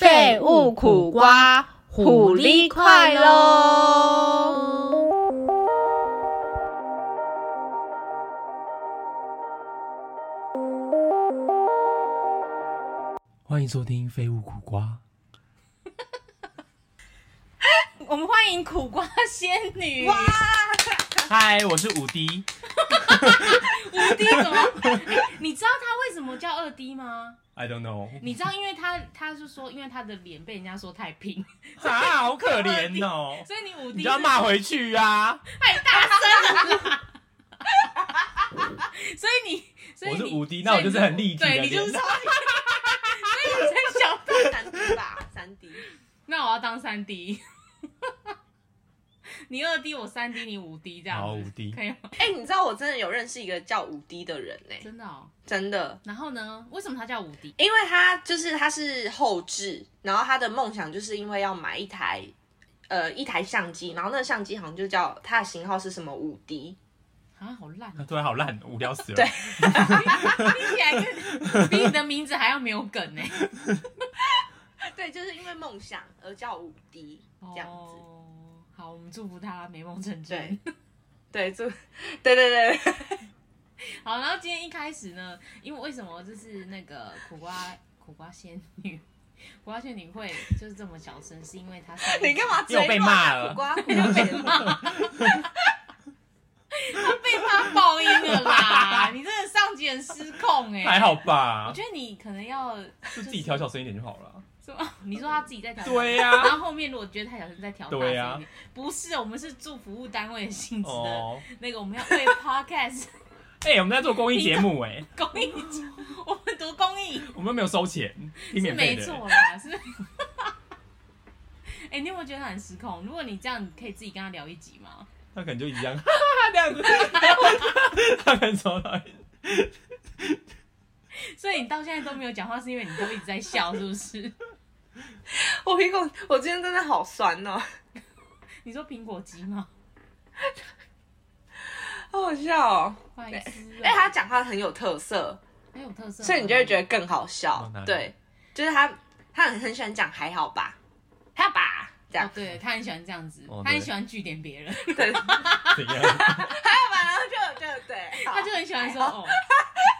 内务苦瓜，虎力快喽！欢迎收听《废物苦瓜》。我们欢迎苦瓜仙女， 嗨，我是五 D，五 D 怎么？ 你知道她为什么叫二 D 吗？ I don't know。你知道，因为她她是说，因为她的脸被人家说太平， 啊，好可怜哦！所以你五 D 你就要是骂回去啊！太大声了啦。所以你，所以我是你五 D，那我就是很立体的对你就是 脸超立体，所以你才小到三 D 吧，三 D。那我要当三 D。你二 D，我三 D，你五 D 这样子，好五 D 可以 吗？哎、你知道我真的有认识一个叫五 D 的人呢、真的哦。真的，然后呢？为什么它叫五 D？因为他就是他是后置，然后他的梦想就是因为要买一台呃一台相机，然后那个相机好像就叫它的型号是什么五 D，啊，好烂哦！对，好烂，无聊死了。对 听起来跟比你的名字还要没有梗呢。 对，就是因为梦想而叫五 D 这样子。哦，好，我们祝福他美梦成真。对对，就 对对对，对好，然后今天一开始呢，因为为什么就是那个苦瓜苦瓜仙女，苦瓜仙女会就是这么小声，是因为她上一集你干嘛追又被骂乱啊了苦瓜苦瓜姐 她被她爆音了 啦？你真的上集很失控哎、还好我吧，觉得你可能要就自己调小声一点就好了。什么？你说她自己在调，、对啊呀 然，后后面如果觉得太小声再调大声一对点。啊不是，我们是做服务单位的性质的，哦，那个我们要为 podcast 哎，我们在做公益节目，哎，公益， 我们读公益。我们没有收钱，是听免费没的。欸错啦，是。 哎、你有没有觉得很失控？如果你这样，你可以自己跟他聊一集吗？ 他可能就一样，哈哈哈这样子，他可能走到所以你到现在都没有讲话，是因为你都一直在笑，是不是？ 我屁股，我今天真的好酸哦，你说苹果肌吗？好好笑哦。不好意思、哎，他讲话很有特色，很啊哎有特色，所以你就会觉得得更好笑哦哪。里对，就是他，他很很喜欢讲还好吧，还好吧这样 哦，，对他很喜欢这样子，哦他对很喜欢据点别人，对，还好吧，怎 样？然后就就对，好他就很喜欢说哦，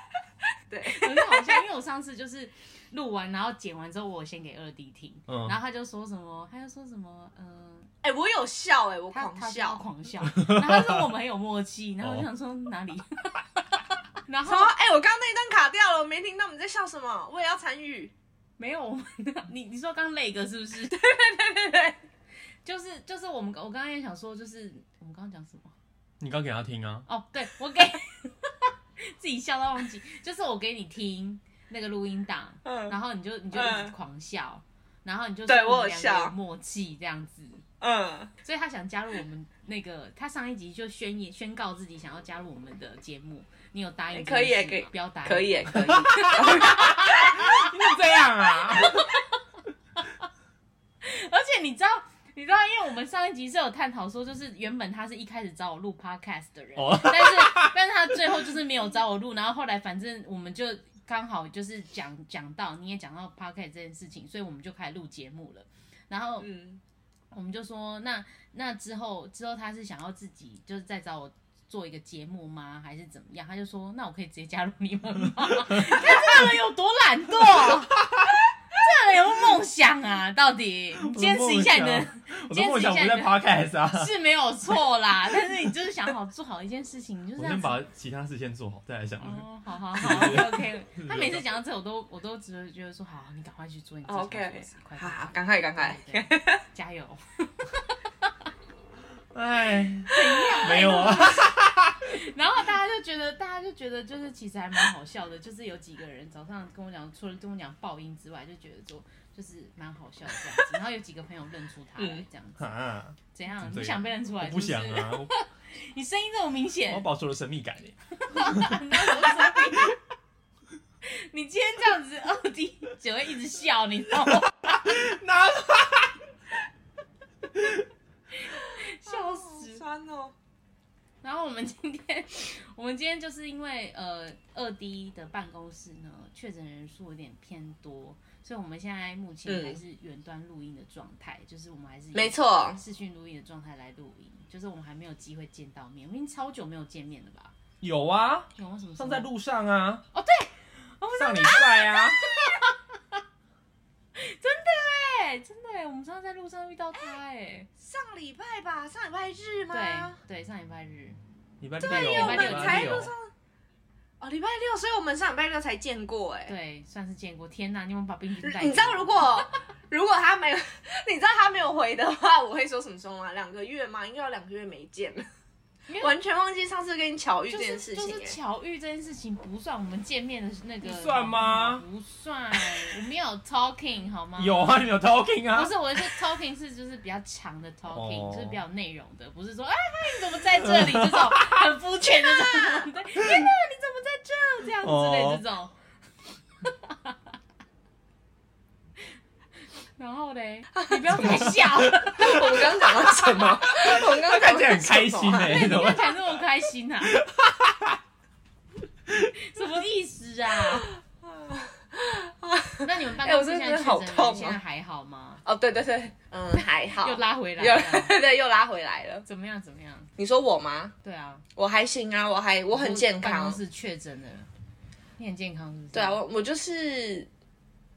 对，很好笑。因为我上次就是录完，然后剪完之后，我先给二弟听，嗯然后他就说什么，他就说什么，嗯、哎，我有笑哎，我他狂他笑，狂笑，然后他说我们很有默契，然后我就想说哪 里，然什后么？哎，我刚刚那一段卡掉了，我没听到你们在笑什么，我也要参与。没有我们， 你你说刚那个是不是？ 对对对对就是就是我们我刚刚也想说，就是我们刚刚讲什么？你刚给他听啊？哦，对我给 自己笑到忘记，就是我给你听那个录音档，嗯然后你就你就一直嗯狂笑，然后你就对说我有们两个笑有默契这样子。嗯，所以他想加入我们那个，他上一集就宣言宣告自己想要加入我们的节目，你有答应这件事吗？欸可以可以不要答应，可以哎，可以，你 怎么这样啊？而且你知道，你知道，因为我们上一集是有探讨说，就是原本他是一开始找我录 podcast 的人，哦但是 但是他最后就是没有找我录，然后后来反正我们就刚好就是讲讲到你也讲到 podcast 这件事情，所以我们就开始录节目了。然后嗯，我们就说，那那之后之后他是想要自己就是再找我做一个节目吗，还是怎么样？他就说，那我可以直接加入你们吗？ 看这个人有多懒惰，这个人有没有梦想啊？到底你 坚持一下你的。我的梦想，我的梦想不在 podcast 啊。 是没有错啦，但是你就是想好做好一件事情，你就我这样先子。把其他事先做好，再来想。哦，好好好，OK OK。他每次讲到这，我都我都只会觉得说，好，你赶快去做你自己想 OK 做 OK，的事，快好快好，快赶快赶快，对对对加油！哎，没有啊，然后大家就觉得，大家就觉得就是其实还蛮好笑的，就是有几个人早上跟我讲，除了跟我讲爆音之外，就觉得说就是蛮好笑这样子。然后有几个朋友认出他来嗯这样子，啊，怎样？这个你想被认出来我是不是？想啊，哦我你声音这么明我显要，保持我的神秘感耶。你今天这样子二 D 只会一直笑，你知道吗？ 那笑好死！ 酸哦，哦然后我们今天，我们今天就是因为呃二 D 的办公室呢确诊人数有点偏多，所以我们现在目前嗯还是远端录音的状态，就是我们还是以没错，视讯录音的状态来录音，就是我们还没有机会见到面，我们已经超久没有见面了吧？有啊，有没有什么时候上在路上啊，哦，对上礼拜啊，哎，真的哎，我们上次在路上遇到他哎，上礼拜吧，上礼拜日对？对，上礼拜日，礼拜对，啊六，啊我我们们才六路上。哦，礼拜六，所以我们上礼拜六才见过哎、对，算是见过。天哪，你们把冰淇淋带走？你知道如果 如果他没有， 你知道他没有回的话，我会说什么时候吗？两个月吗？应该有两个月没见了因为，完全忘记上次跟你巧遇就这件事是就情、欸是巧遇这件事情不算我们见面的那个不算吗好不好不算，我们有 talking 好吗？有。啊，你们有 talking 啊不，是，我是 talking 是就是比较长的 talking，、哦就是比较有内容的，不是说哎嗨你怎么在这里这种很肤浅的这种，对，天哪你怎么在这这样之类的这种。哦 然后 嘞，你不要太笑了， 我们刚刚讲到什么？我们刚刚看起讲来很开心哎、你哎、怎不么要讲那么开心啊？ 什么意思 啊？那你们办哎公我室真现的在觉确得好诊痛人哦现在还好吗？ 哦，对对对，嗯，还好，又拉回来又了，对，又 拉回来了。怎么样？怎么样？你说我吗？对啊，我还行啊，我还我很健办公康。室确诊的，你很健康是不是？对啊，我我就是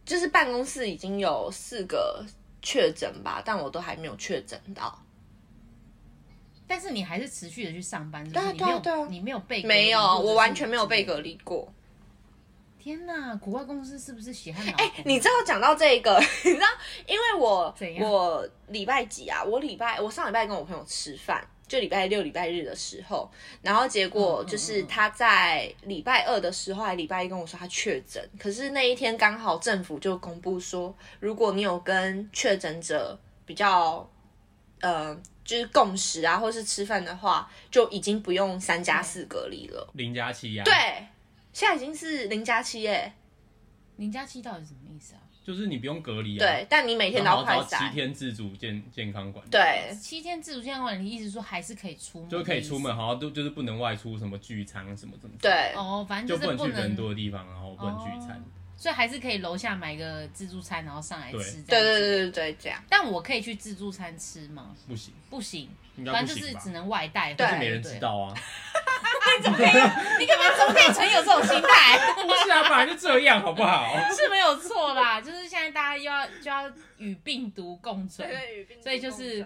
就是办公室已经有四个确诊吧，但我都还没有确诊到。但是你还是持续的去上班，是不对啊是？你没有，对啊对啊你没有被隔离没有，嗯或者是我完全没有被隔离过。天哪，国外公司是不是血汗劳哎、工？你知道讲到这个， 你知道，因为我怎样我礼拜几啊？我礼拜我上礼拜跟我朋友吃饭，就礼拜六、礼拜日的时候，然后结果嗯嗯就是嗯他在礼拜二的时候，还礼拜一跟我说他确诊，可是那一天刚好政府就公布说，如果你有跟确诊者比较，呃，就是共识啊，或是吃饭的话，就已经不用三加四隔离了。零加嗯七啊，对，，现在已经是零加七耶。林佳琪到底什么意思啊？就是你不用隔离啊，对，，但你每天都然要后快找七筛。天自主健健康管理，，对，七天自主健康管理，意思说还是可以出门，就是可以出。门，好像都就是不能外出，什么聚餐什么什么，，对，哦，反就正不是能去人能，多的地方，然后不能聚餐，所以还是可以楼下买个自助餐，然后上来对吃。对对。对对对对，这样。但我可以去自助餐吃吗？不行，不行，应该反不正就是行吧只？能外带，但但是是没人对知。 道啊，你干嘛中配存有这种心态？不是啊，本来就这样，好 不好？是没有错啦，就是现在大家又要就要与病毒共存，所以就是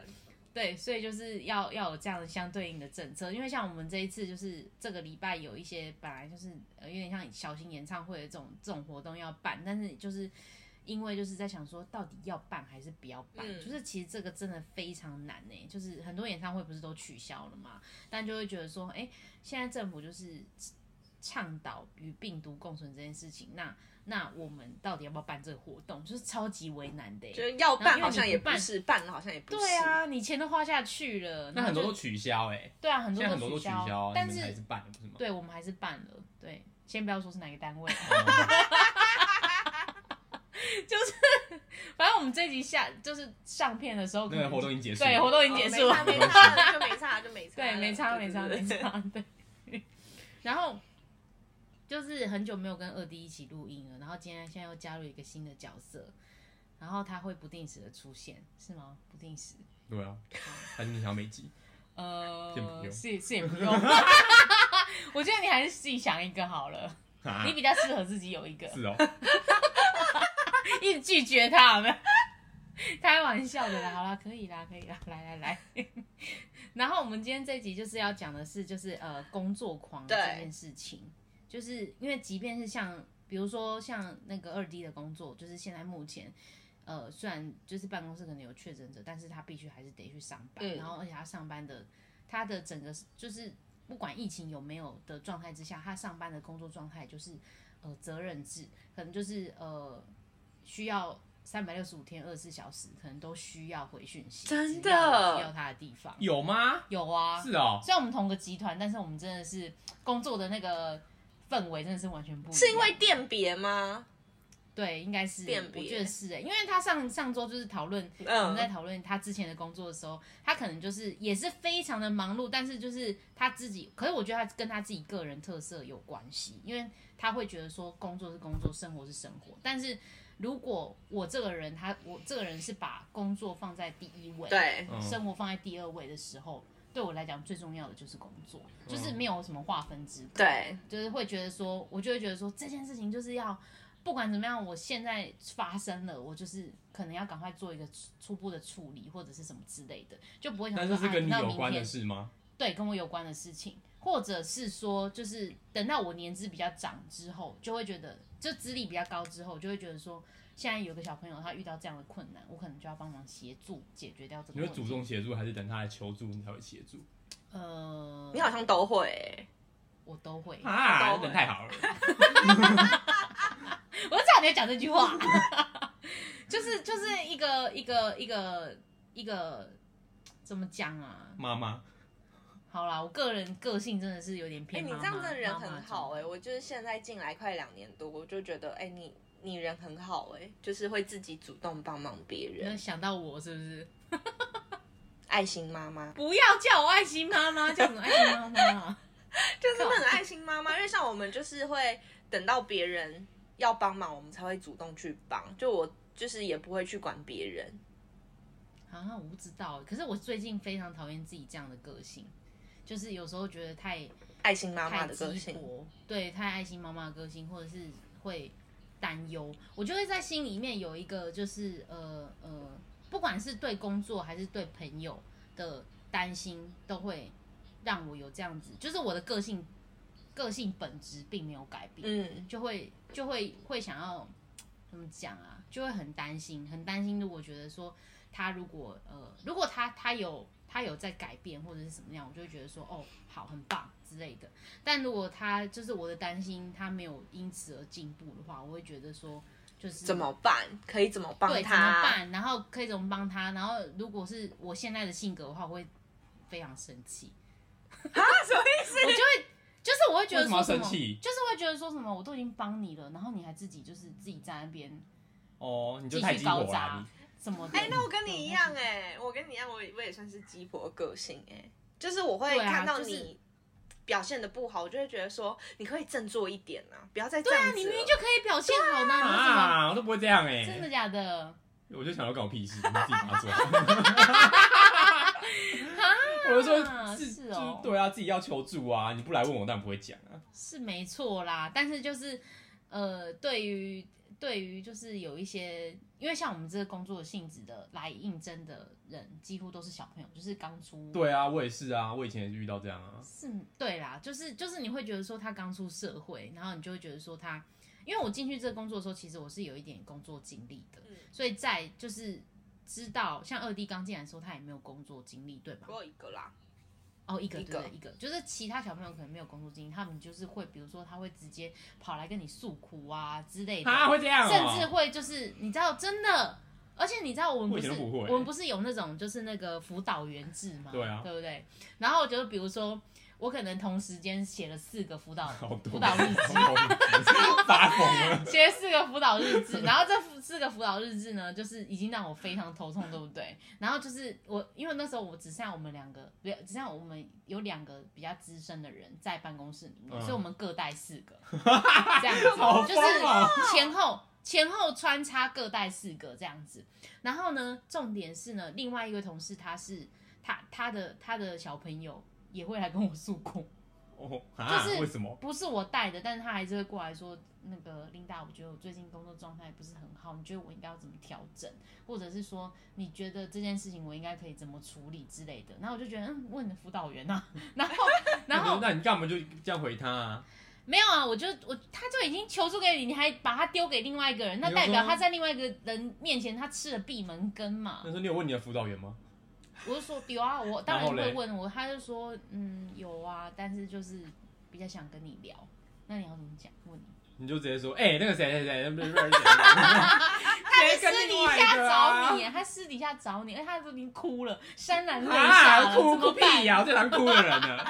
对，所以就是要要有这样相对应的政策，因为像我们这一次就是这个礼拜有一些本来就是呃有点像小型演唱会的这种这种活动要办，但是就是因为就是在想说到底要办还是不要办，嗯就是其实这个真的非常难呢、就是很多演唱会不是都取消了嘛，但就会觉得说，哎、现在政府就是倡导与病毒共存这件事情，那那我们到底要不要办这个活动，就是超级为难的、欸，就是要办好像也不然后因为是，办了好像也不是。对，啊，你钱都花下去了，然那后很多就都取消哎，对啊，很现多在很多都取消啊，但你们还是是办了不是吗？对我们还是办了。对，先不要说是哪个单位，啊哦反正我们这集下就是上片的时候， 那个活动已经结束了，对活动已经结束了，哦没差就没差就没差，对，哦没差没差没 对。差，对。然后就是很久没有跟二弟一起录音了，然后今天现在又加入一个新的角色，然后他会不定时的出现，是吗？不定时，对啊，还是你想要美肌？呃先不，用是是也不用。 我觉得你还是自己想一个好了，啊你比较适合自己有一 个。是哦， 一直拒绝他，有没有？ 开玩笑的啦，好啦，可以啦，可以啦， 来来来。然后我们今天这集就是要讲的是，就是呃，工作狂这对件事情，就是因为即便是像，比如说像那个二 D 的工作，就是现在目前，呃，虽然就是办公室可能有确诊者，但是他必须还是得去上班，嗯然后而且他上班的他的整个就是不管疫情有没有的状态之下，他上班的工作状态就是呃责任制，可能就是呃需要三百六十五天二十四小时，可能都需要回讯息，真的只要有需要他的地方有吗？有啊。是哦，虽然我们同个集团，但是我们真的是工作的那个氛围真的是完全不一样。是因为辨别吗？对，应该是，辨别我觉得是哎，因为他上上周就是讨论，我们在嗯，讨论他之前的工作的时候，他可能就是也是非常的忙碌，但是就是他自己，可是我觉得他跟他自己个人特色有关系，因为他会觉得说工作是工作，生活是生活。但是如果我这个人，他我这个人是把工作放在第一位，对，嗯生活放在第二位的时候，对我来讲最重要的就是工作，就是没有什么划分之隔。对，就是会觉得说，我就会觉得说这件事情就是要不管怎么样，我现在发生了，我就是可能要赶快做一个初初步的处理或者是什么之类的，就不会想但说是是啊跟你那有明关的天事吗？对跟我有关的事情，或者是说就是等到我年资比较长之后，就会觉得就资历比较高之后，就会觉得说现在有个小朋友他遇到这样的困难，我可能就要帮忙协助解决掉这个你会问主题。动协助，还是等他来求助你才会协 助？呃你，好像都会欸，我都会，我啊，那都会人太好了。差点要讲这句话。 就是就是一个一个一个一个怎么讲啊？妈妈，好啦，我个人个性真的是有点哎，偏你妈妈、这样的人妈很妈好这哎，种我就是现在进来快两年多，我就觉得哎，你你人很好哎，就是会自己主动帮忙别你能人，想到我是不是？爱心妈妈。不要叫我爱心妈妈，叫什么爱心妈妈 啊？就是很爱心妈妈，因为像我们就是会等到别人要帮忙，我们才会主动去帮。就我就是也不会去管别人，啊，我不知道。可是我最近非常讨厌自己这样的个性，就是有时候觉得太爱心妈妈太的鸡个性，婆，对，太爱心妈妈的个性，或者是会担忧，我就会在心里面有一个就是呃呃，不管是对工作还是对朋友的担心，都会让我有这样子，就是我的个性个性本质并没有改变，嗯，就会就会会想要怎么讲啊，就会很担心，很担心。如果觉得说他如果呃，如果他他有他有在改变或者是什么样，我就会觉得说哦，好，很棒之类的。但如果他就是我的担心，他没有因此而进步的话，我会觉得说就是怎么办？可以怎么帮对怎么他？办，然后可以怎么帮他，然后如果是我现在的性格的话，我会非常生气。啊就是我会觉得为什么说什要么，生气就是会觉得说什么，我都已经帮你了，然后你还自己就是自己在那边哦，你就继太续激高火砸了。什么的。哎、那我跟你一样哎、我跟你一样，我我也算是鸡婆个性哎、就是我会对啊看到就是你表现的不好，我就会觉得说你可以振作一点啊，不要再这对样啊子，了。你明明就可以表现好呢，你你为什么？啊，我都不会这样哎、真的假的？我就想要搞屁事，你自己发作。 我就说自，是哦就是对啊，自己要求助啊，你不来问我，当然不会讲啊。是没错啦，但是就是呃，对于对于就是有一些，因为像我们这个工作性质的来应征的人，几乎都是小朋友，就是刚出对啊，我也是啊，我以前也是遇到这样啊。是对啦，就是就是你会觉得说他刚出社会，然后你就会觉得说他，因为我进去这个工作的时候，其实我是有一点工作经历的，嗯所以在就是知道像二弟刚进来的时候，他也没有工作经历，对吧？我有一个啦，哦，一个一对个对一个，就是其他小朋友可能没有工作经历，他们就是会比如说他会直接跑来跟你诉苦啊之类的， 啊，会这样、哦甚至会就是你知道真的，而且你知道我们不我以是前都不会我们不是有那种就是那个辅导员制嘛，对啊对不对？然后就是比如说我可能同时间写了四个辅导 好辅多导日志，发疯 了。写了四个辅导日志，然 后这四四个辅导日志呢，就是已经让我非常头痛，对不对？然后就是我，因为那时候我只剩下我们两个，不要只剩下我们有两个比较资深的人在办公室里面，嗯所以我们各带四 个，这样子，好就疯哦是前后前后穿插各带四个这样子。然后呢，重点是呢，另外一位同事他是他他的他的小朋友也会来跟我诉苦。哦啊，就是为什么？不是我带的，但是他还是会过来说，那个琳达，我觉得我最近工作状态不是很好，你觉得我应该要怎么调整，或者是说你觉得这件事情我应该可以怎么处理之类的。然后我就觉得，嗯，问你的辅导员啊， 然后然后那你干嘛就这样回他啊？没有啊，我就我他就已经求助给你，你还把他丢给另外一个人，那你就代表说他在另外一个人面前他吃了闭门羹 嘛那。时候你有问你的辅导员吗？我就说有啊，我当然然后嘞会问我，他就说嗯有啊，但是就是比较想跟你聊，那你要怎么讲？问你。你就直接说，哎、那个谁谁谁，不是 不是，他他私底下啊找你，他私底下找你，而且哎他都已经哭了，潸然泪下啊，了，哭怎么哭办屁呀、我最常哭的人了。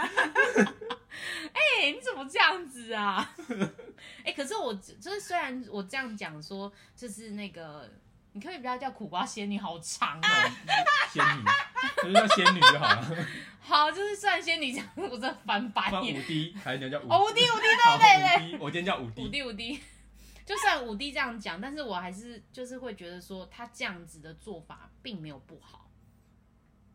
哎、你怎么这样子 啊？哎、可是我就是虽然我这样讲说，就是那个，你可不可以不要叫苦瓜仙女，好长啊哦。仙女，就是叫仙女就好了，好，就是虽然仙女这样，我真的翻白换五眼。 D，还是你要叫五哦，五弟，五弟，对好五对 D，我今天叫五对，五 D，弟，五弟。 就算五弟这样讲，但是我还是就是会觉得说，他这样子的做法并没有不好，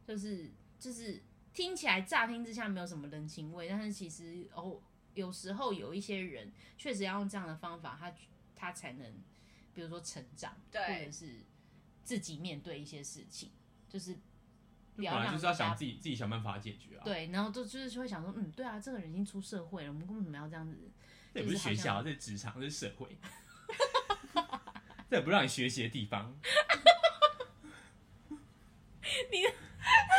就是就是听起来乍听之下没有什么人情味，但是其实哦，有时候有一些人确实要用这样的方法，他他才能，比如说成长，对或者是自己面对一些事情，就是不本要来让啊就是要人家想自己自己想办法解决啊，对，然后就就是会想说，嗯，对啊，这个人已经出社会了，我们为什么要这样子？这也不是学校，这是职场，这是社会， 这也不让你学习的地方，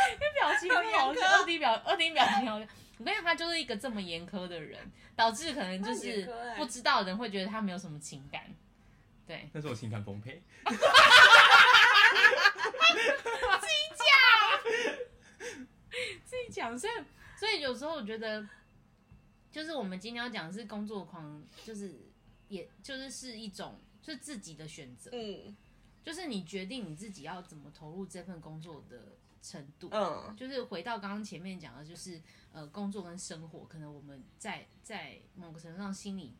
表情很好很严笑，二 D 表二 D 表情好笑。我跟你讲，他就是一个这么严苛的人，导致可能就他很是严苛欸不知道的人会觉得他没有什么情感。对，那是我情感丰沛，自己讲，所以所以有时候我觉得，就是我们今天要讲的是工作狂，就是也就是是一种是自己的选择，嗯就是你决定你自己要怎么投入这份工作的程度。嗯，就是回到刚刚前面讲的，就是呃，工作跟生活，可能我们在在某个程度上心里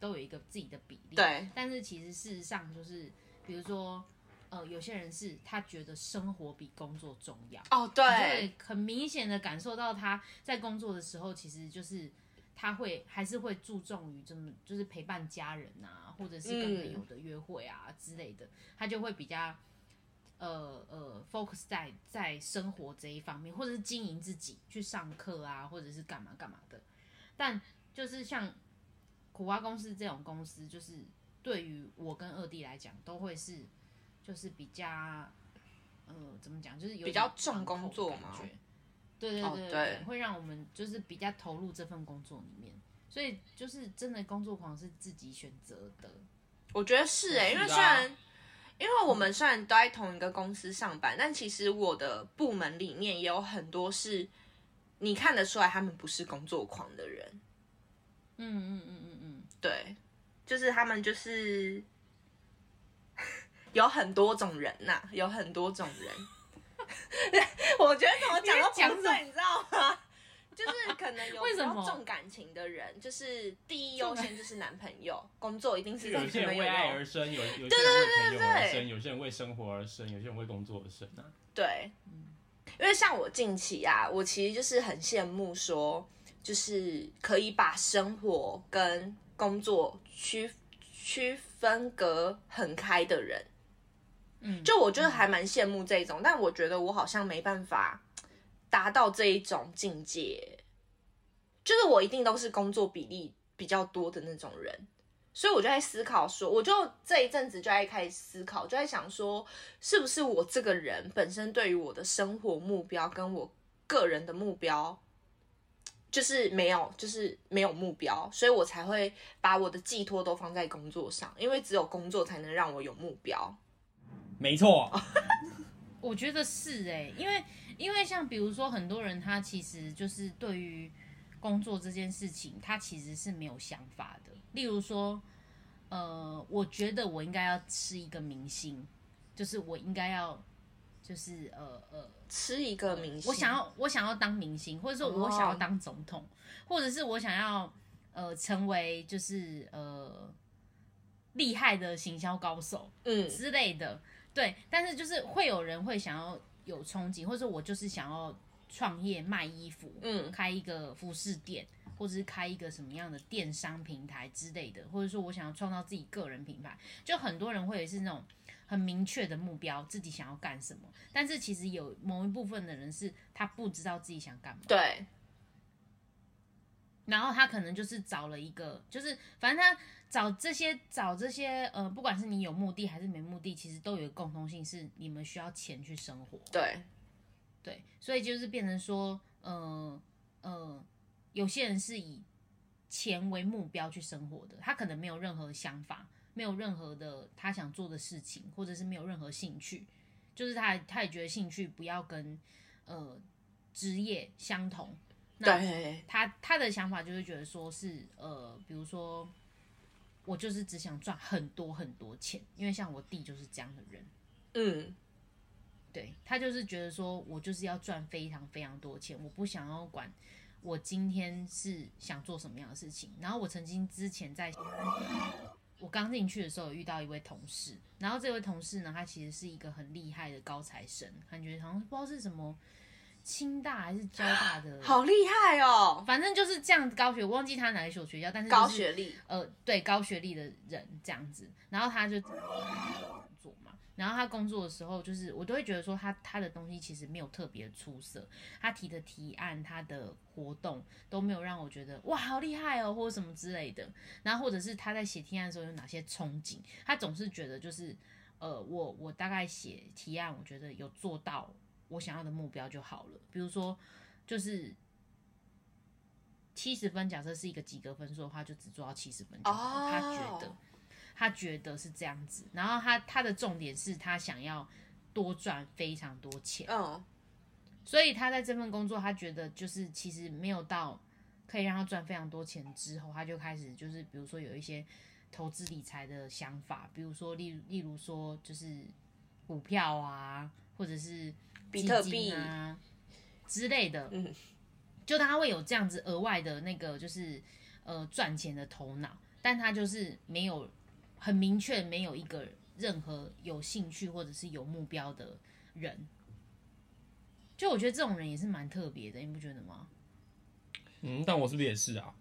都有一个自己的比例。。对，但是其实事实上就是，比如说呃，有些人是他觉得生活比工作重要，哦你对，就会很明显的感受到他在工作的时候，其实就是他会还是会注重于这么就是陪伴家人啊，或者是跟朋友的约会啊之类的，他就会比较呃呃 focus 在在生活这一方面，或者是经营自己去上课啊，或者是干嘛干嘛的。但就是像苦瓜公司这种公司，就是对于我跟二弟来讲，都会是就是比较，呃，怎么讲，就是有比较点重工作港口的嘛感觉。对对哦对对会让我们就是比较投入这份工作里面。所以就是真的工作狂是自己选择的，我觉得是哎、是因为啊虽然。因为我们虽然都在同一个公司上班，但其实我的部门里面也有很多是你看得出来他们不是工作狂的人，嗯嗯嗯嗯嗯，对，就是他们就是 有很多种人呐、有很多种人。 我觉得怎么讲都你在讲不对，你知道吗？就是可能有为比什较么重感情的人，就是第一优先就是男朋友，工作一定是 有些人可能有为爱有而生，有有些 人为朋友而对生，有些人为生活而生，有些人为工作而生啊，对，嗯因为像我近期啊，我其实就是很羡慕说，就是可以把生活跟工作区区分隔很开的人。嗯就我觉得还蛮羡慕这一种，但我觉得我好像没办法达到这一种境界，就是我一定都是工作比例比较多的那种人。所以我就在思考说，我就这一阵子就在开始思考，就在想说，是不是我这个人本身对于我的生活目标跟我个人的目标，就是没有，就是没有目标，所以我才会把我的寄托都放在工作上，因为只有工作才能让我有目标。没错，啊我觉得是哎、因为因为像比如说很多人他其实就是对于工作这件事情，他其实是没有想法的。例如说，呃，我觉得我应该要是一个明星，就是我应该要就是呃呃，吃一个明星，我哦想要我想要当明星，或者说我想要当总统，或者是我想要呃成为就是呃厉害的行销高手。嗯之类的。对，但是就是会有人会想要有憧憬，或者说我就是想要创业卖衣服，嗯开一个服饰店，或者是开一个什么样的电商平台之类的，或者说我想要创造自己个人品牌。就很多人会是那种很明确的目标，自己想要干什么，但是其实有某一部分的人是他不知道自己想干嘛。对然后他可能就是找了一个，就是反正他找这些找这些呃，不管是你有目的还是没目的，其实都有一个共通性，是你们需要钱去生活。对对，所以就是变成说，呃呃，有些人是以钱为目标去生活的，他可能没有任何想法，没有任何的他想做的事情，或者是没有任何兴趣，就是他他也觉得兴趣不要跟呃职业相同。那对，他他的想法就是觉得说是呃，比如说我就是只想赚很多很多钱，因为像我弟就是这样的人，嗯，，对他就是觉得说我就是要赚非常非常多钱，我不想要管我今天是想做什么样的事情。然后我曾经之前在我刚进去的时候有遇到一位同事，然后这位同事呢，他其实是一个很厉害的高材生，感觉好像不知道是什么清大还是交大的好厉害哦，嗯反正就是这样高学，我忘记他哪一所学校，但是、就是、高学历，呃，对高学历的人这样子，然后他就做嘛，然后他工作的时候，就是我都会觉得说他他的东西其实没有特别出色，他提的提案、他的活动都没有让我觉得哇好厉害哦，或者什么之类的，然后或者是他在写提案的时候有哪些憧憬，他总是觉得就是呃，我我大概写提案，我觉得有做到我想要的目标就好了，比如说就是。七十分，假设是一个及格分数的话，就只做到七十分就好了。他觉得哦，他觉得是这样子。然后他他的重点是他想要多赚非常多钱，嗯，所以他在这份工作，他觉得就是其实没有到可以让他赚非常多钱之后，他就开始就是比如说有一些投资理财的想法，比如说例如例如说就是股票啊，或者是比基特金啊之类的，嗯，就他会有这样子额外的那个就是呃赚钱的头脑，但他就是没有很明确，没有一个任何有兴趣或者是有目标的人。就我觉得这种人也是蛮特别的，你不觉得吗？嗯，但我是不是也是啊？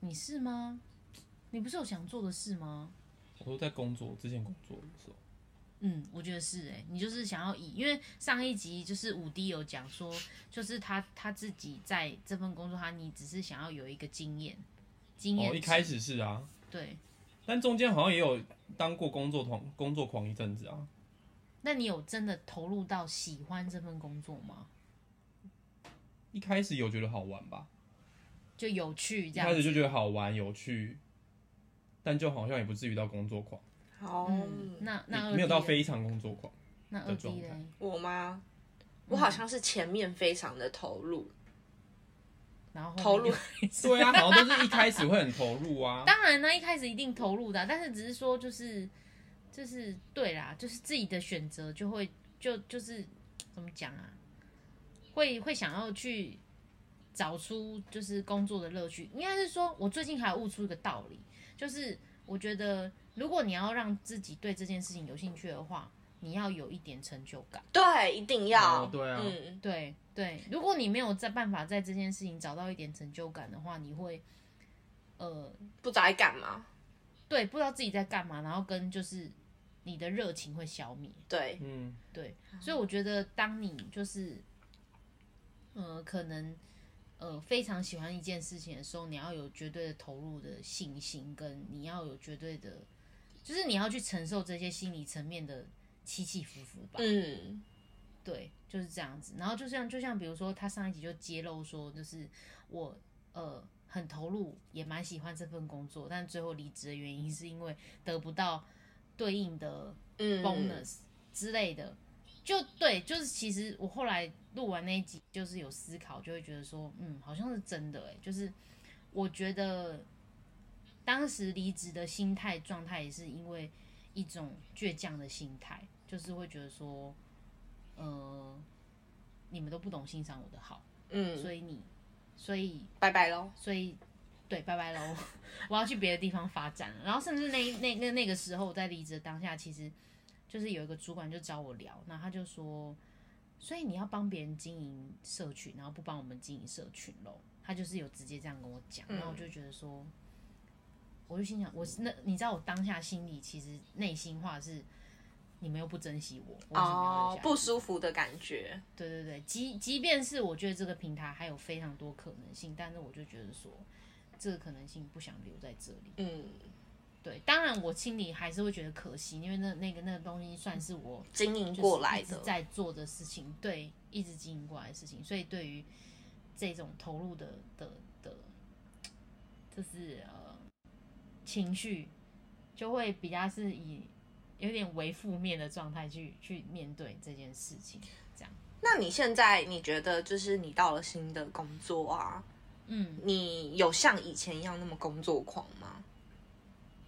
你是吗？你不是有想做的事吗？我都在工作之前工作的时候，嗯，我觉得是哎、你就是想要以，因为上一集就是五 D 有讲说，就是他他自己在这份工作他你只是想要有一个经验，经验、哦，一开始是啊，对，但中间好像也有当过工作狂，工作狂一阵子啊。那你有真的投入到喜欢这份工作吗？一开始有觉得好玩吧，就有趣一这样开始子，就觉得好玩有趣，但就好像也不至于到工作狂，好，嗯，那那二没有到 D 嘞非常工作狂。那二的 D 状态嘞，我吗？嗯我好像是前面非常的投入，然后投后入面就对啊，好像都是一开始会很投入啊。 当然呢，一开始一定投入的啊、但是只是说就是就是对啦，就是自己的选择就会就就是怎么讲啊，会会想要去找出就是工作的乐趣。应该是说我最近还悟出一个道理，就是我觉得如果你要让自己对这件事情有兴趣的话，你要有一点成就感。对，一定要，哦对啊嗯，对对，如果你没有在办法在这件事情找到一点成就感的话，你会呃不知道在干嘛，对，不知道自己在干嘛，然后跟就是你的热情会消灭。对，嗯，对，所以我觉得当你就是呃可能呃非常喜欢一件事情的时候，你要有绝对的投入的信心，跟你要有绝对的，就是你要去承受这些心理层面的起起伏伏吧。嗯，对，就是这样子。然后就像就像比如说，他上一集就揭露说，就是我呃很投入，也蛮喜欢这份工作，但最后离职的原因是因为得不到对应的嗯 bonus 之类的。就对，就是其实我后来录完那一集，就是有思考，就会觉得说，嗯，好像是真的哎、就是我觉得当时离职的心态状态也是因为一种倔强的心态，就是会觉得说，呃，你们都不懂欣赏我的好，嗯，所以你，所以拜拜喽，所以对，拜拜喽， 我要去别的地方发展了。然后甚至那那那那个时候我在离职的当下，其实就是有一个主管就找我聊，然后他就说，所以你要帮别人经营社群，然后不帮我们经营社群喽。他就是有直接这样跟我嗯讲，然后我就觉得说，我就心想，我是那你知道我当下心里其实内心话是，你们又不珍惜我，我为什么要留哦下，来不舒服的感觉，对对对，即即便是我觉得这个平台还有非常多可能性，但是我就觉得说这个可能性不想留在这里。嗯，对，当然我心里还是会觉得可惜，因为那那个那个东西算是我经营就是过来一直的，在做的事情，对，一直经营过来的事情，所以对于这种投入的的的就是呃情绪，就会比较是以有点为负面的状态去去面对这件事情，这样。那你现在你觉得就是你到了新的工作啊，嗯，你有像以前一样那么工作狂吗？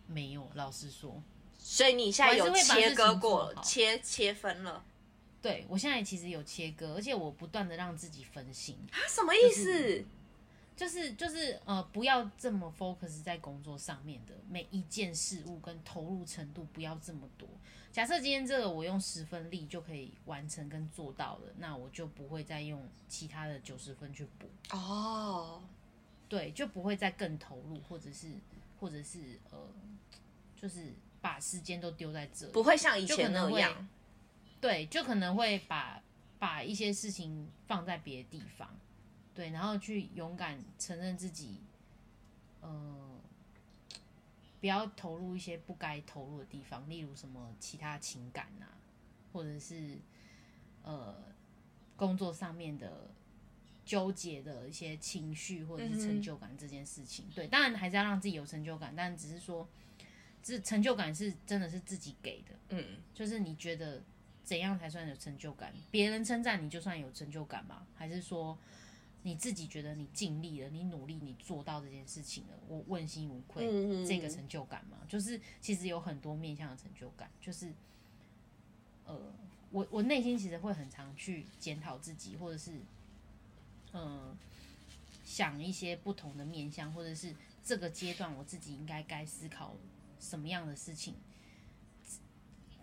没有，老实说，所以你现在有我还是会把切事情割做过，好切切分了，对我现在其实有切割，而且我不断的让自己分心，啊什么意思？就是就是呃，不要这么 focus 在工作上面的每一件事物跟投入程度不要这么多。假设今天这个我用十分力就可以完成跟做到了，那我就不会再用其他的九十分去补，哦，对，就不会再更投入，或者是或者是呃，就是把时间都丢在这里，不会像以就可前那能会样，对，就可能会把把一些事情放在别的地方，对，然后去勇敢承认自己，嗯，不要投入一些不该投入的地方，例如什么其他情感啊，或者是呃工作上面的纠结的一些情绪或者是嗯哼成就感这件事情。对，当然还是要让自己有成就感，但只是说，这成就感是真的是自己给的。嗯，就是你觉得怎样才算有成就感？别人称赞你就算有成就感吗？还是说你自己觉得你尽力了，你努力，你做到这件事情了，我问心无愧，嗯嗯嗯这个成就感吗？就是其实有很多面向的成就感，就是呃，我我内心其实会很常去检讨自己，或者是嗯、呃想一些不同的面向，或者是这个阶段我自己应该该思考什么样的事情。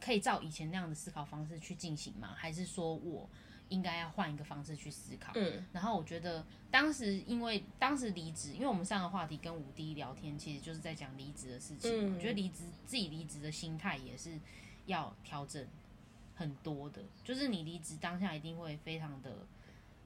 可以照以前那样的思考方式去进行吗？还是说我应该要换一个方式去思考？嗯，然后我觉得当时因为当时离职，因为我们上个话题跟五 D 聊天，其实就是在讲离职的事情嘛。嗯我觉得离职自己离职的心态也是要调整很多的，就是你离职当下一定会非常的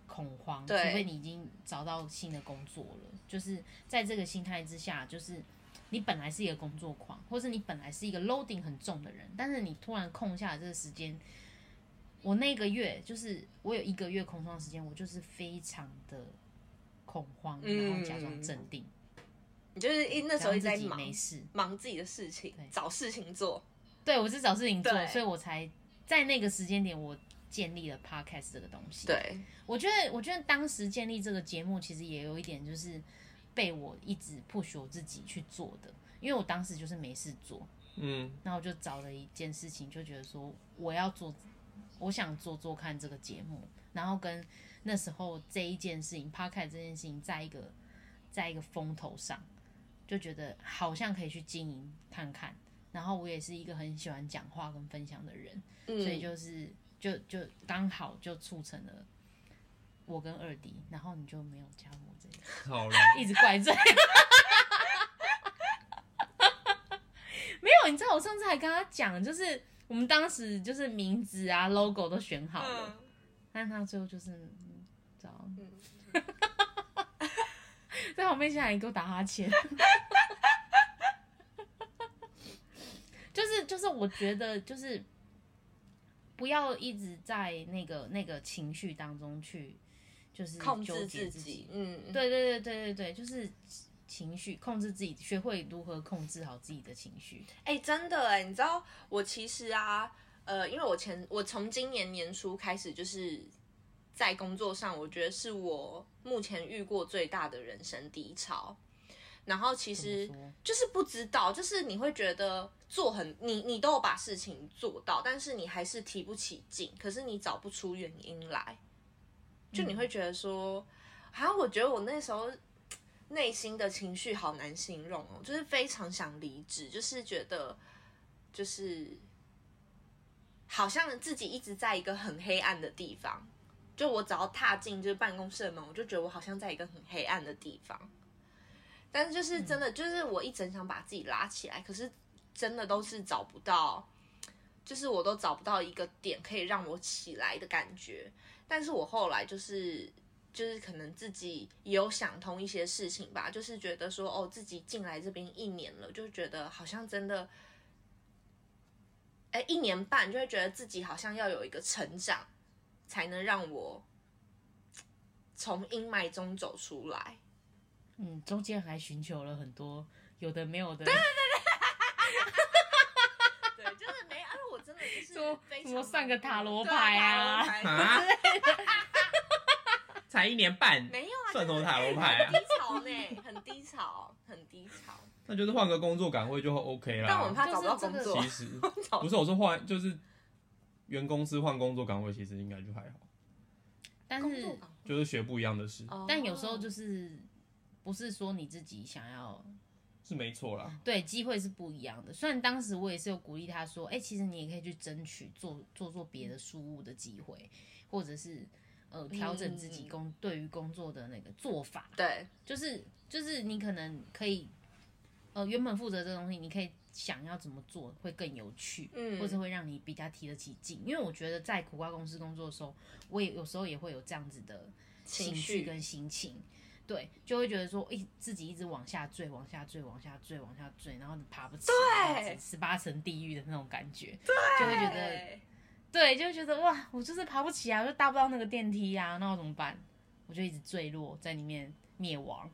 恐慌，除对非你已经找到新的工作了。就是在这个心态之下，就是你本来是一个工作狂，或是你本来是一个 loading 很重的人，但是你突然空下了这个时间，我那个月就是我有一个月空窗时间，我就是非常的恐慌，嗯然后假装镇定，你就是一那时假候装一直在自己忙没事。忙自己的事情对，找事情做，对我是找事情做，对所以我才在那个时间点我建立了 podcast 这个东西。对，我觉得，我觉得当时建立这个节目，其实也有一点就是被我一直 push 我自己去做的，因为我当时就是没事做，嗯，那我就找了一件事情，就觉得说我要做，我想做做看这个节目，然后跟那时候这一件事情 p o c a s t 这件事情，在一个在一个风头上，就觉得好像可以去经营看看。然后我也是一个很喜欢讲话跟分享的人，所以嗯，就是就就刚好就促成了我跟二迪，然后你就没有加入我这个，好了，一直怪罪。 没有，你知道我上次还跟他讲，就是我们当时就是名字啊、logo 都选好了，嗯但他最后就是，嗯，知道嗯，在旁边现在还给我打哈欠， 就是就是，我觉得就是不要一直在那个那个情绪当中去，就是控纠制结自自己，嗯，对对对对对对，就是情绪控制自己，学会如何控制好自己的情绪。哎、真的哎，你知道我其实啊，呃，因为我前我从今年年初开始，就是在工作上，我觉得是我目前遇过最大的人生低潮。然后其实怎么说就是不知道，就是你会觉得做很你你都有把事情做到，但是你还是提不起劲，可是你找不出原因来，就你会觉得说，好、像我觉得我那时候内心的情绪好难形容哦，就是非常想离职，就是觉得就是好像自己一直在一个很黑暗的地方。就我只要踏进就是办公室的门，我就觉得我好像在一个很黑暗的地方。但是就是真的，就是我一直很想把自己拉起来，可是真的都是找不到，就是我都找不到一个点可以让我起来的感觉。但是我后来就是就是可能自己也有想通一些事情吧，就是觉得说哦，自己进来这边一年了，就觉得好像真的，哎，一年半就会觉得自己好像要有一个成长，才能让我嘖从阴霾中走出来。嗯，中间还寻求了很多有的没有的，对对，就是没，啊，我真的就是说非什常么算个塔罗对牌啊塔罗牌啊， 才一年半， 没有啊，算什么就是塔罗牌啊很低潮呢，很低潮，很低潮。那就是换个工作岗位就 OK 啦。但我很怕找不到就是工这个作啊其，实找不是我说换，就是原公司换工作岗位，其实应该就还好，但工是作岗就是学不一样的事哦但有时候就是不是说你自己想要是没错啦。对机会是不一样的。虽然当时我也是有鼓励他说，哎、其实你也可以去争取做做做别的书务的机会，或者是呃调整自嗯己工、对于工作的那个做法，对，就是就是你可能可以呃原本负责这东西，你可以想要怎么做会更有趣，嗯或者会让你比较提得起劲。因为我觉得在苦瓜公司工作的时候，我也有时候也会有这样子的情情绪绪跟心情。对，就会觉得说，一自己一直往下坠，往下坠，往下坠，往下坠，然后爬不起来，对十八层地狱的那种感觉，就会觉得，对，就会觉得哇，我就是爬不起啊来，我就搭不到那个电梯啊，那我怎么办？我就一直坠落在里面灭亡。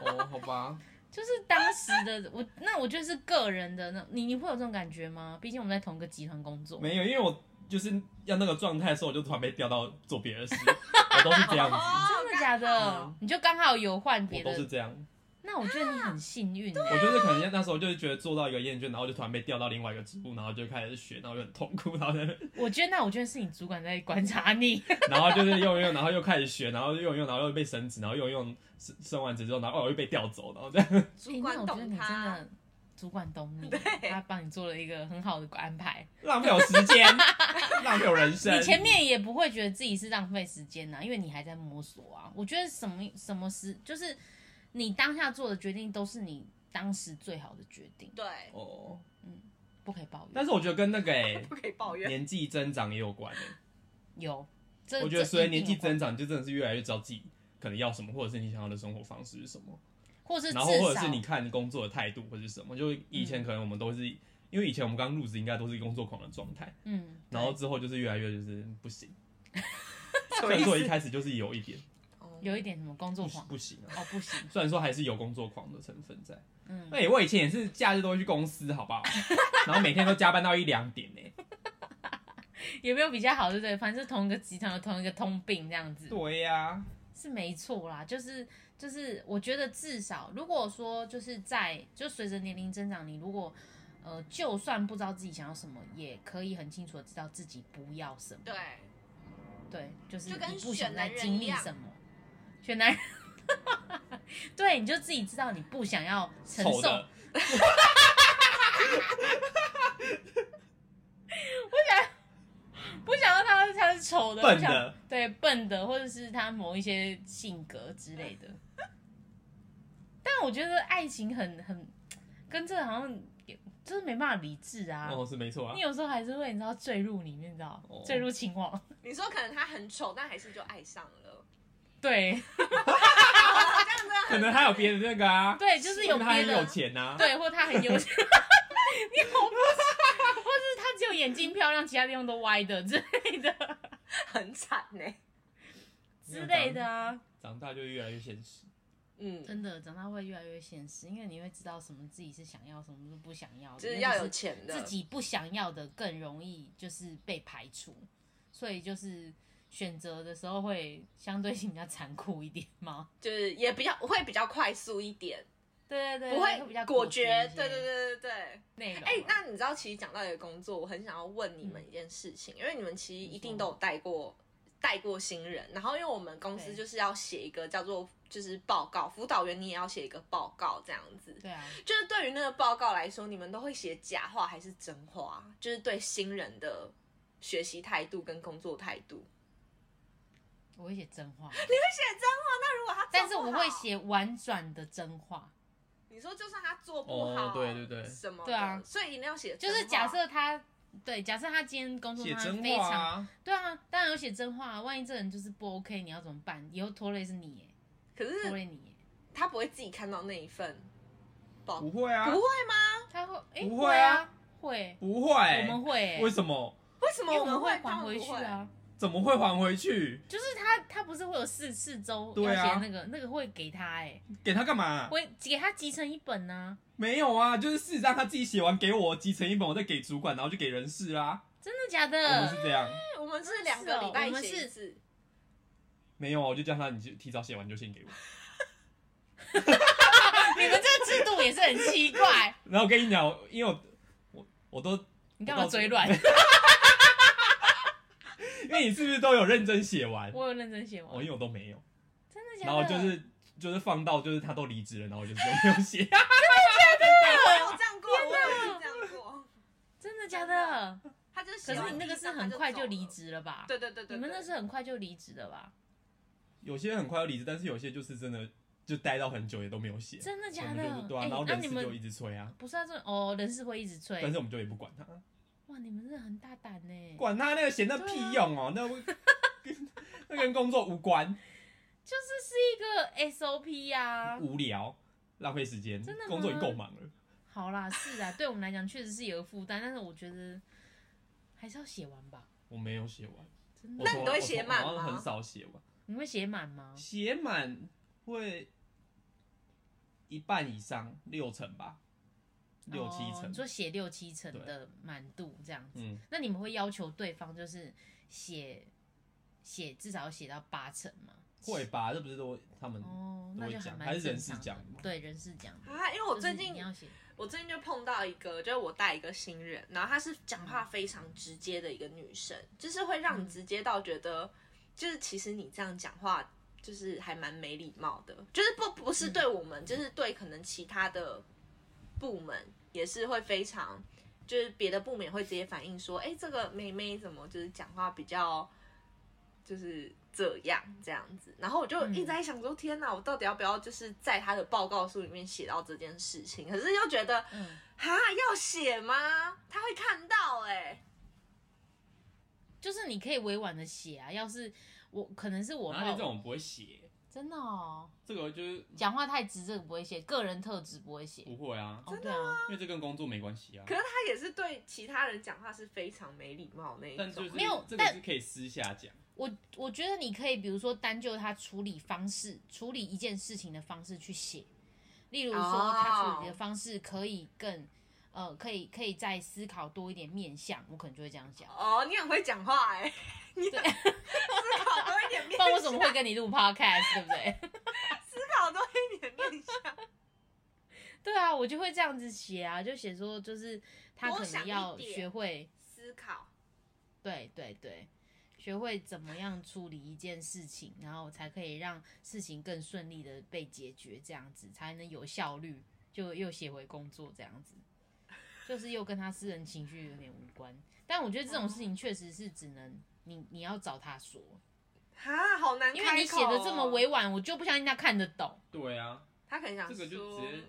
哦，好吧，就是当时的我，那我觉得是个人的那，你你会有这种感觉吗？毕竟我们在同一个集团工作，没有，因为我就是要那个状态的时候，我就突然被调到做别的事，我都是这样哦子，真的假的嗯？你就刚好有换别我都是的，这样。那我觉得你很幸运耶。我就是可能那时候就是觉得做到一个厌倦，然后就突然被调到另外一个职务，然后就开始学，然后就很痛苦，然后在那边我觉得那我觉得是你主管在观察你，然后就是用一用，然后又开始学，然后又用一用，然后又被升职，然后又用升升完职之后，然后哦又被调走，然后这样。 主欸那管我觉得懂你真他的，主管懂 你，他帮你做了一个很好的安排。浪费我时间， 浪费我人生。你前面也不会觉得自己是浪费时间呐、啊因为你还在摸索啊。我觉得什么什么时，就是你当下做的决定都是你当时最好的决定，对，哦，不可以抱怨。但是我觉得跟那个哎、不可以抱怨。年纪增长也有关、欸、有，这我觉得随着年纪增真，长，就真的是越来越知道自己可能要什么，或者是你想要的生活方式是什么，或是至然后或者少嗯是你看工作的态度或是什么。就以前可能我们都是，因为以前我们刚入职应该都是工作狂的状态，嗯，然后之后就是越来越就是 不行。什虽么然意说一思？开始就是有一点哦有一点什么工作不狂不行啊，哦，不行， 虽然说还是有工作狂的成分在。嗯，哎、我以前也是假日都会去公司，好不 好？然后每天都加班到一两点呢、有没有比较好？对不对？反正是同一个集团有同一个通病这样子。对呀、是没错啦，就是就是，我觉得至少如果说就是在就随着年龄增长，你如果呃就算不知道自己想要什么，也可以很清楚的知道自己不要什么。对，对，就是就跟你不想选再男人经一历样什么，选男人。 对，你就自己知道你不想要承丑受。的，不想要他他是丑的，笨的不想，对笨的，或者是他某一些性格之类的。 但我觉得爱情很很跟这好像也就是没办法理智啊。哦，是没错啊你。有时候还是会你知道坠入里面，你知道哦坠入情网。 你说可能他很丑，但还是就爱上了，对这样真的可很能还有别的那个啊， 对，就是有因为他别很的有，钱呐、啊。 对，或他很有钱。你好 不耻， 或者是他只有眼睛漂亮，其他地方都歪的之类的很惨呢。之类的啊。长大就越来越现实。嗯，真的，长大会越来越现实，因为你会知道什么自己是想要，什么是不想要的。就是尤要其有钱的自己不想要的更容易就是被排除，所以就是选择的时候会相对性比较残酷一点吗？ 就是也比较会比较快速一点，对对对，不会比会较果决决。对对对，对对对。内容啊。哎、那你知道，其实讲到一个工作，我很想要问你嗯们一件事情，因为你们其实一定都有带过带过新人，然后因为我们公司对就是要写一个叫做就是报告，辅导员你也要写一个报告这样子。对啊，就是对于那个报告来说，你们都会写假话还是真话？就是对新人的学习态度跟工作态度。我会写真 话，那如果他做不好，但是我哦会写婉转的真话，你说就算他做不好，哦对对对什么的对啊所以一定要写真就话。是假设他。对，假设他今天工作写上真非话常、啊，对啊，当然有写真话、啊。万一这个人就是不 OK，你要怎么办？以后拖累是你耶，可拖是累你耶。他不会自己看到那一份报不会啊，不会吗？他会，哎、不会会啊，会，不会、我们会、欸，为什么？为什么因为我我们们会还回去？他们啊。怎么会还回去？就是他他不是会有四四周要对啊写那个、那个会给他哎、给他干嘛？我给他集成一本呢、没有啊，就是事实上他自己写完给我集成一本，我再给主管，然后就给人事啦。真的假我们的？是这样，我们是两两个个礼礼拜拜写一次写一次，没有啊，我就叫他，你就提早写完你就先给我。 你们这个制度也是很奇 怪，然后我跟你讲，因为我我我都你干嘛嘴软？因为你是不是都有认真写完？ 哦我有认真写完，我因为我都没有，真的假的？然后就是就是放到就是他都离职了，然后我就是都没 有写。我有这样过，我有这样过。真的假的？他就可写完是你那个是很快就离职了吧？他就走了，对对对对，对你们那是很快就离职的吧？有些很快要离职，但是有些就是真的就待到很久也都没有写。真的我假们的？就是对啊，哎然后那人你事就一们直催啊，不是啊，这哦，人事会一直催但。是我们就也不管他，哇，你们真的很大胆呢。管他那个写那屁用哦，那啊 那跟工作无关，就是是一个 SOP 呀、无聊，浪费时间啊真的，吗工作已经够忙了。好啦，是啊，对我们来讲确实是有个负担，但是我觉得还是要写完吧。我没有写完，真的我那，从你都会我从写满我好像吗很少写完，你会写满吗？写满会一半以上，六成吧，六七哦成你。说写六七成的满度这样子。嗯，那你们会要求对方就是写写至少要写到八成吗？会吧？这不是都他们哦，嗯都那会就讲蛮还是正人事常的讲的嘛对，人事讲的。啊，因为我最就是近你要写，我最近就碰到一个，就是我带一个新人，然后她是讲嗯话非常直接的一个女生，就是会让你直接到觉得，就是其实你这样讲话就是还蛮没礼貌的，就是不不嗯是对我们，就是对可能其他的部门也是会非常，就是别的部门也会直接反映说，哎、这个妹妹怎么就是讲话比较就是这样这样子，然后我就一直在想说，天哪，我到底要不要就是在他的报告书里面写到这件事情？可是又觉得嗯，哈要写吗？他会看到哎、就是你可以委婉的写啊。要是我可能是我然后冒这种不会写，真的哦，这个就是讲话太直这个不会写，个人特质不会写。不会啊，哦，对啊，因为这跟工作没关系啊可。是他也是对其他人讲话是非常没礼貌那一但就种是。没有这个但是可以私下讲，我我觉得你可以，比如说单就他处理方式、处理一件事情的方式去写，例如说哦他处理的方式可以更。呃，可以可以再思考多一点面向，我可能就会这样讲。哦，你很会讲话哎、你很思考多一点面不然向，我 怎么会跟你录 podcast，对不 对？思考多一点面向？对啊，我就会这样子写啊，就写说就是他可多想能一要点学会，思考，对对对，学会怎么样处理一件事情，然后才可以让事情更顺利的被解决，这样子才能有效率，就又写回工作这样子，就是又跟他私人情绪有点无关。但我觉得这种事哦情确实是只能你你要找他说，哈，好难开因口、哦为你写的这么委，婉，我就不相信他看得懂。对啊，他可能想这说，个就直接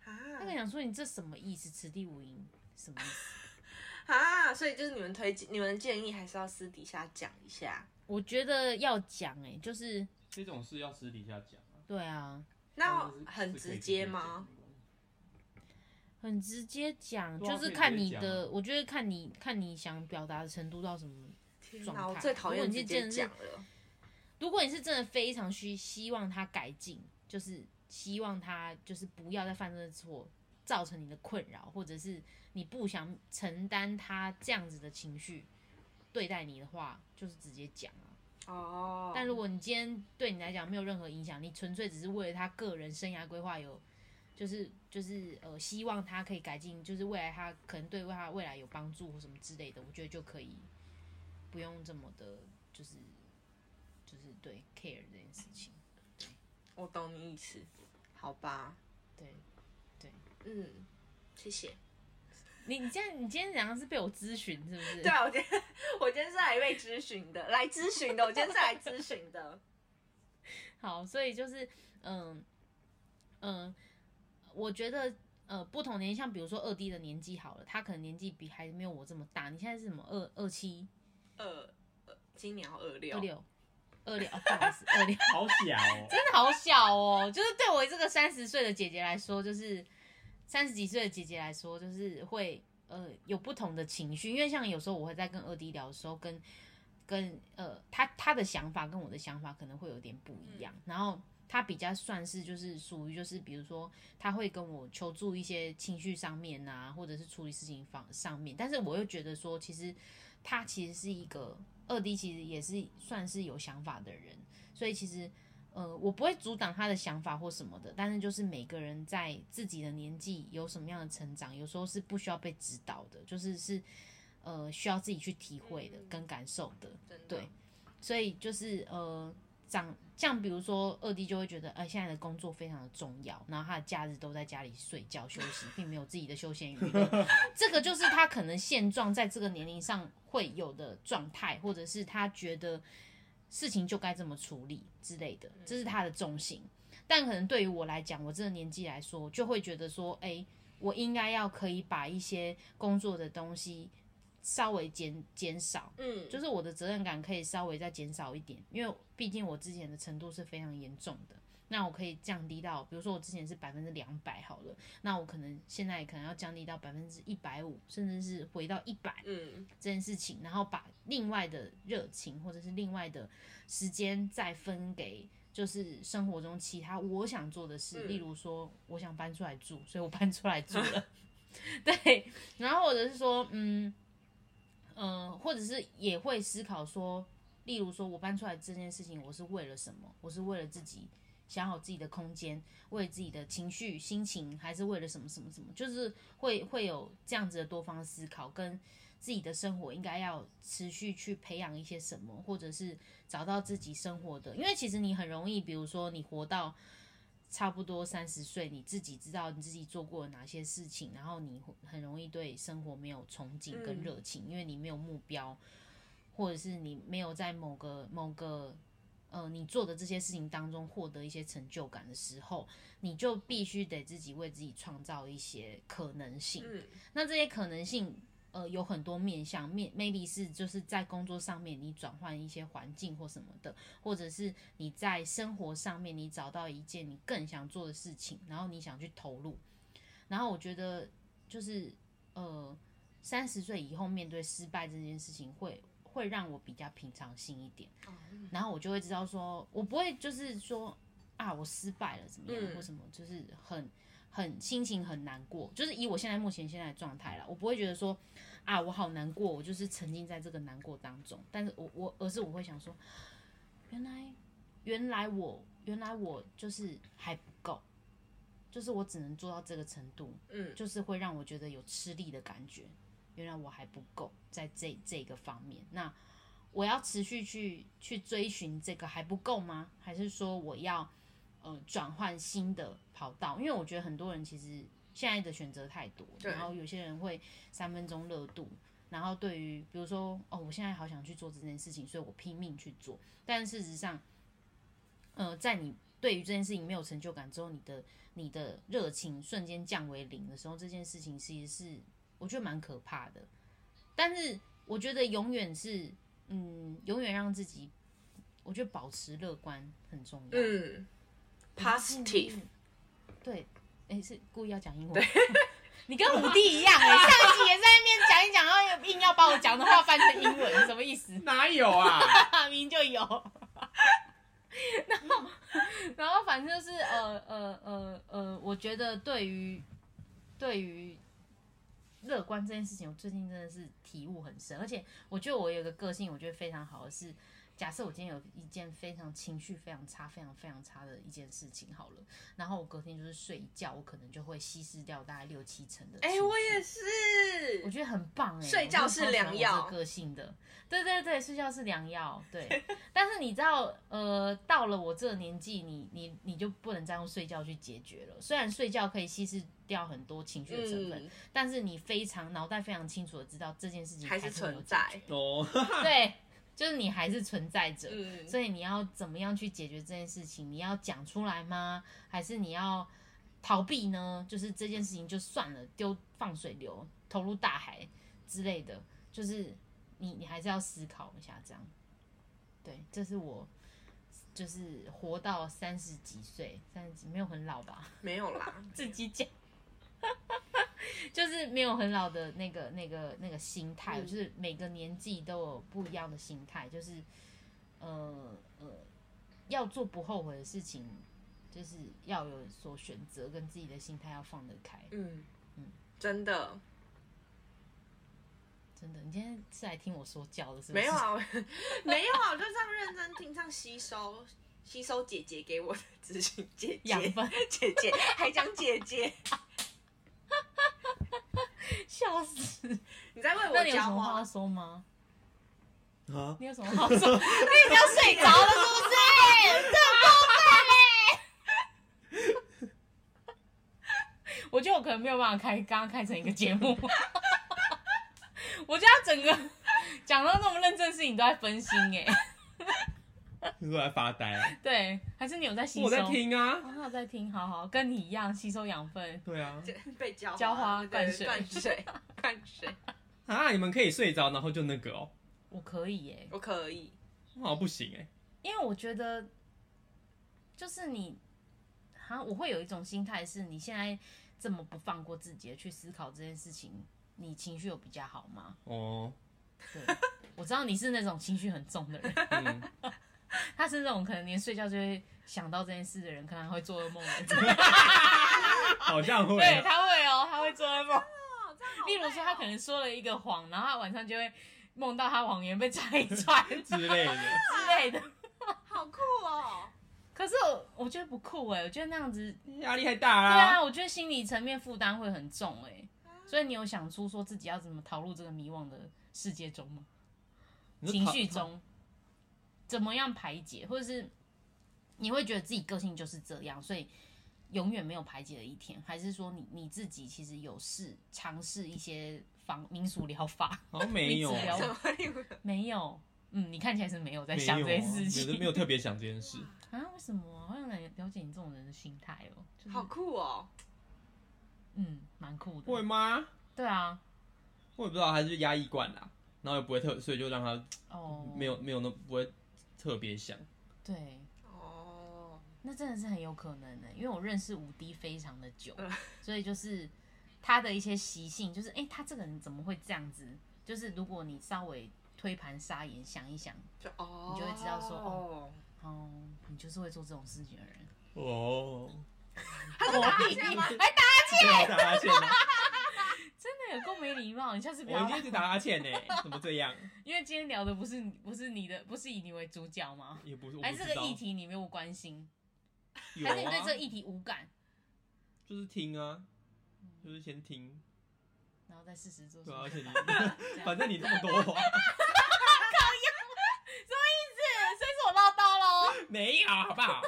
他可啊能想说你这什么意思，此地无银什么意思？啊，所以就是你们推荐，你们建议还是要私底下讲一下。我觉得要讲哎、就是这种事要私底下讲啊。对啊，那但是很是可直以接吗？很直接讲，对啊就是看你可以直接的，我觉得看你看你想表达的程度到什么。天状哪，我态最讨如果厌你是直接真的是讲了。如果你是真的非常需希望他改进，就是希望他就是不要再犯这个错，造成你的困扰，或者是你不想承担他这样子的情绪对待你的话，就是直接讲啊。哦，但如果你今天对你来讲没有任何影响，你纯粹只是为了他个人生涯规划有，就是就是呃，希望他可以改进，就是未来他可能对他未来有帮助或什么之类的，我觉得就可以不用这么的，就是就是对 care 这件事情。我懂你意思，好吧，对嗯，谢谢。你，你今天你今天讲的是被我咨询是不是？对啊，我今天我今天是来被咨询的，来咨询的，我今天是来咨询的。好，所以就是嗯嗯，我觉得呃，不同年纪，像比如说二弟的年纪好了，他可能年纪比还没有我这么大。你现在是什么二二七二二，今年要二六，二六二六，哦不好意思，二六 好小哦，真的好小哦。就是对我这个三十岁的姐姐来说，就是三十几岁的姐姐来说，就是会呃有不同的情绪，因为像有时候我会在跟二弟聊的时候，跟跟呃，他他的想法跟我的想法可能会有点不一样，然后他比较算是就是属于就是比如说他会跟我求助一些情绪上面啊，或者是处理事情方上面，但是我又觉得说其实他其实是一个二 D，其实也是算是有想法的人，所以其实。呃，我不会阻挡他的想法或什么的，但是就是每个人在自己的年纪有什么样的成长，有时候是不需要被指导的，就是是呃需要自己去体会的跟感受的。真的对，所以就是呃，长像比如说二弟就会觉得，呃，现在的工作非常的重要，然后他的假日都在家里睡觉休息，并没有自己的休闲娱乐，这个就是他可能现状在这个年龄上会有的状态，或者是他觉得事情就该这么处理之类的，这是他的重心。但可能对于我来讲，我这个年纪来说，就会觉得说，哎、我应该要可以把一些工作的东西稍微减减少，嗯，就是我的责任感可以稍微再减少一点，因为毕竟我之前的程度是非常严重的，那我可以降低到，比如说我之前是百分之两百好了，那我可能现在可能要降低到百分之一百五，甚至是回到一百嗯，这件事情，然后把另外的热情或者是另外的时间再分给。就是生活中其他我想做的事，嗯例如说我想搬出来住，所以我搬出来住了。 对，然后或者是说，嗯，呃，或者是也会思考说，例如说我搬出来这件事情，我是为了什么？我是为了自己想好自己的空间，为了自己的情绪、心情，还是为了什么什么什么？就是会会有这样子的多方思考，跟自己的生活应该要持续去培养一些什么，或者是找到自己生活的，因为其实你很容易，比如说你活到。差不多三十岁，你自己知道你自己做过哪些事情，然后你很容易对生活没有憧憬跟嗯热情，因为你没有目标，或者是你没有在某个某个呃你做的这些事情当中获得一些成就感的时候，你就必须得自己为自己创造一些可能性。嗯那这些可能性，呃，有很多面向，面 maybe 是就是在工作上面你转换一些环境或什么的，或者是你在生活上面你找到一件你更想做的事情，然后你想去投入。然后我觉得就是呃，三十岁以后面对失败这件事情会。会让我比较平常心一点，嗯然后我就会知道说，我不会就是说啊，我失败了怎么样、嗯或什么，就是很很心情很难过，就是以我现在目前现在的状态啦，我不会觉得说啊，我好难过，我就是沉浸在这个难过当中。但是我我而是我会想说，原来原来我原来我就是还不够，就是我只能做到这个程度，嗯，就是会让我觉得有吃力的感觉。原来我还不够在这这个方面，那我要持续去去追寻这个还不够吗？还是说我要呃转换新的跑道？因为我觉得很多人其实现在的选择太多，对然后有些人会三分钟热度，然后对于比如说哦，我现在好想去做这件事情，所以我拼命去做，但事实上，呃，在你对于这件事情没有成就感之后，你的你的热情瞬间降为零的时候，这件事情其实是我觉得蛮可怕的。但是我觉得永远是，嗯，永远让自己，我觉得保持乐观很重要。嗯，positive，对，哎、是故意要讲英文。 你跟五弟一样哎、上一集也在那边讲一讲，然后硬要把我讲的话翻成英文，什么意思？哪有啊？大明就有。然后， 然后反正就是呃呃呃呃，我觉得对于对于乐观这件事情，我最近真的是体悟很深，而且我觉得我有个个性，我觉得非常好的是。假设我今天有一件非常情绪非常差、非常非常差的一件事情好了，然后我隔天就是睡一觉，我可能就会稀释掉大概六七成的情哎、绪。我也是，我觉得很棒哎、睡觉是我良药真的超喜欢我这个个性的，对对对，睡觉是良药，对。但是你知道，呃，到了我这个年纪，你你你就不能再用睡觉去解决了。虽然睡觉可以稀释掉很多情绪的成分，嗯但是你非常脑袋非常清楚的知道这件事情还是是没有存解在， 哦，决，对，就是你还是存在着。嗯，所以你要怎么样去解决这件事情？你要讲出来吗？还是你要逃避呢？就是这件事情就算了，丢放水流，投入大海之类的，就是你你还是要思考一下这样。对，这是我就是活到三十几岁，三十几没有很老吧，没有啦，自己讲。 就是没有很老的那个那个那个心态，嗯就是每个年纪都有不一样的心态，就是呃呃，要做不后悔的事情，就是要有所选择，跟自己的心态要放得开。嗯嗯，真的真的，你今天是来听我说教的，是不是？没有，啊，我 没有啊，我就这样认真听，这样吸收吸收姐姐给我的资讯，姐养姐分，姐姐还讲姐姐， 笑死！你在为那我你有什浇么话花要？ 说吗？啊，你有什么好说？你已经睡着了，是不是？这很过分嘞！我觉得我可能没有办法开，刚刚开成一个节目。我觉得他整个讲到那么认真的事情，你都在分心哎。你说在发呆，啊对，还是你有在吸收？我在。听啊，哦，他有在听，好好，跟你一样吸收养分。对啊，被浇浇花对灌水 灌水灌水，啊，你们可以睡着，然后就那个哦，我可以耶，我可以。我好像不行哎，因为我觉得，就是你，好像我会有一种心态，是你现在这么不放过自己的去思考这件事情，你情绪有比较好吗？哦，对，我知道你是那种情绪很重的人， 嗯， 他是那种可能连睡觉就会想到这件事的人，可能还会做噩梦 的人。好像会啊对，他会哦，他会做噩梦。哦，这样 好累哦例如说，他可能说了一个谎，然后他晚上就会梦到他谎言被拆穿之之类的，类的。好酷哦， 可是我我觉得不酷哎、我觉得那样子压力太大对啊，啦，我觉得心理层面负担会很重哎、所以你有想出说自己要怎么逃入这个迷惘的世界中吗？你说情讨绪，中怎么样排解，或者是你会觉得自己个性就是这样，所以永远没有排解的一天，还是说你你自己其实有试尝试一些防民俗疗 法？好像没有啊你 只聊怎么有没有，嗯，你看起来是没有在没想有这啊件事没有情没有特别想这件事，啊？为什么啊？好想了解你这种人的心态哦、就是好酷哦？嗯，蛮酷 会的，吗？对啊，我也不知道，还是压抑惯啦，然后也不会特，所以就让他哦，没有没有那不会特别想，对。哦，那真的是很有可能欸的、因为我认识五 D 非常的久嗯，所以就是他的一些习性，就是哎、诶他这个人怎么会这样子？就是如果你稍微推盘撒盐想一想，就哦，你就会知道说哦，哦，你就是会做这种事情的人。我哦，哎，对打哈欠啊，真的有够没礼貌，你下次不我要今天来一直。打哈欠呢，怎么这样？因为今天聊的不是不是你的，不是以你为主角吗？也不是，我不还知是这道个议题你没有关心？有还是你对啊这个，议题无感，就是听啊，就是先听，然后再事实做出对啊，来？而且你 这样 反正你这么多话，是，所以是我唠叨喽。没有好不好？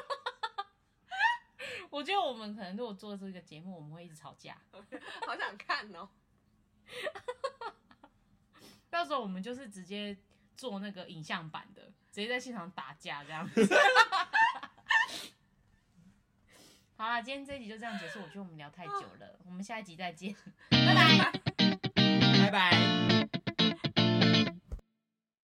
我觉得我们可能如果做这个节目，我们会一直吵架。好想看哦。到时候我们就是直接做那个影像版的，直接在现场打架这样子。 好啦，今天这一集就这样结束。我觉得我们聊太久了，我们下一集再见，拜拜。拜拜。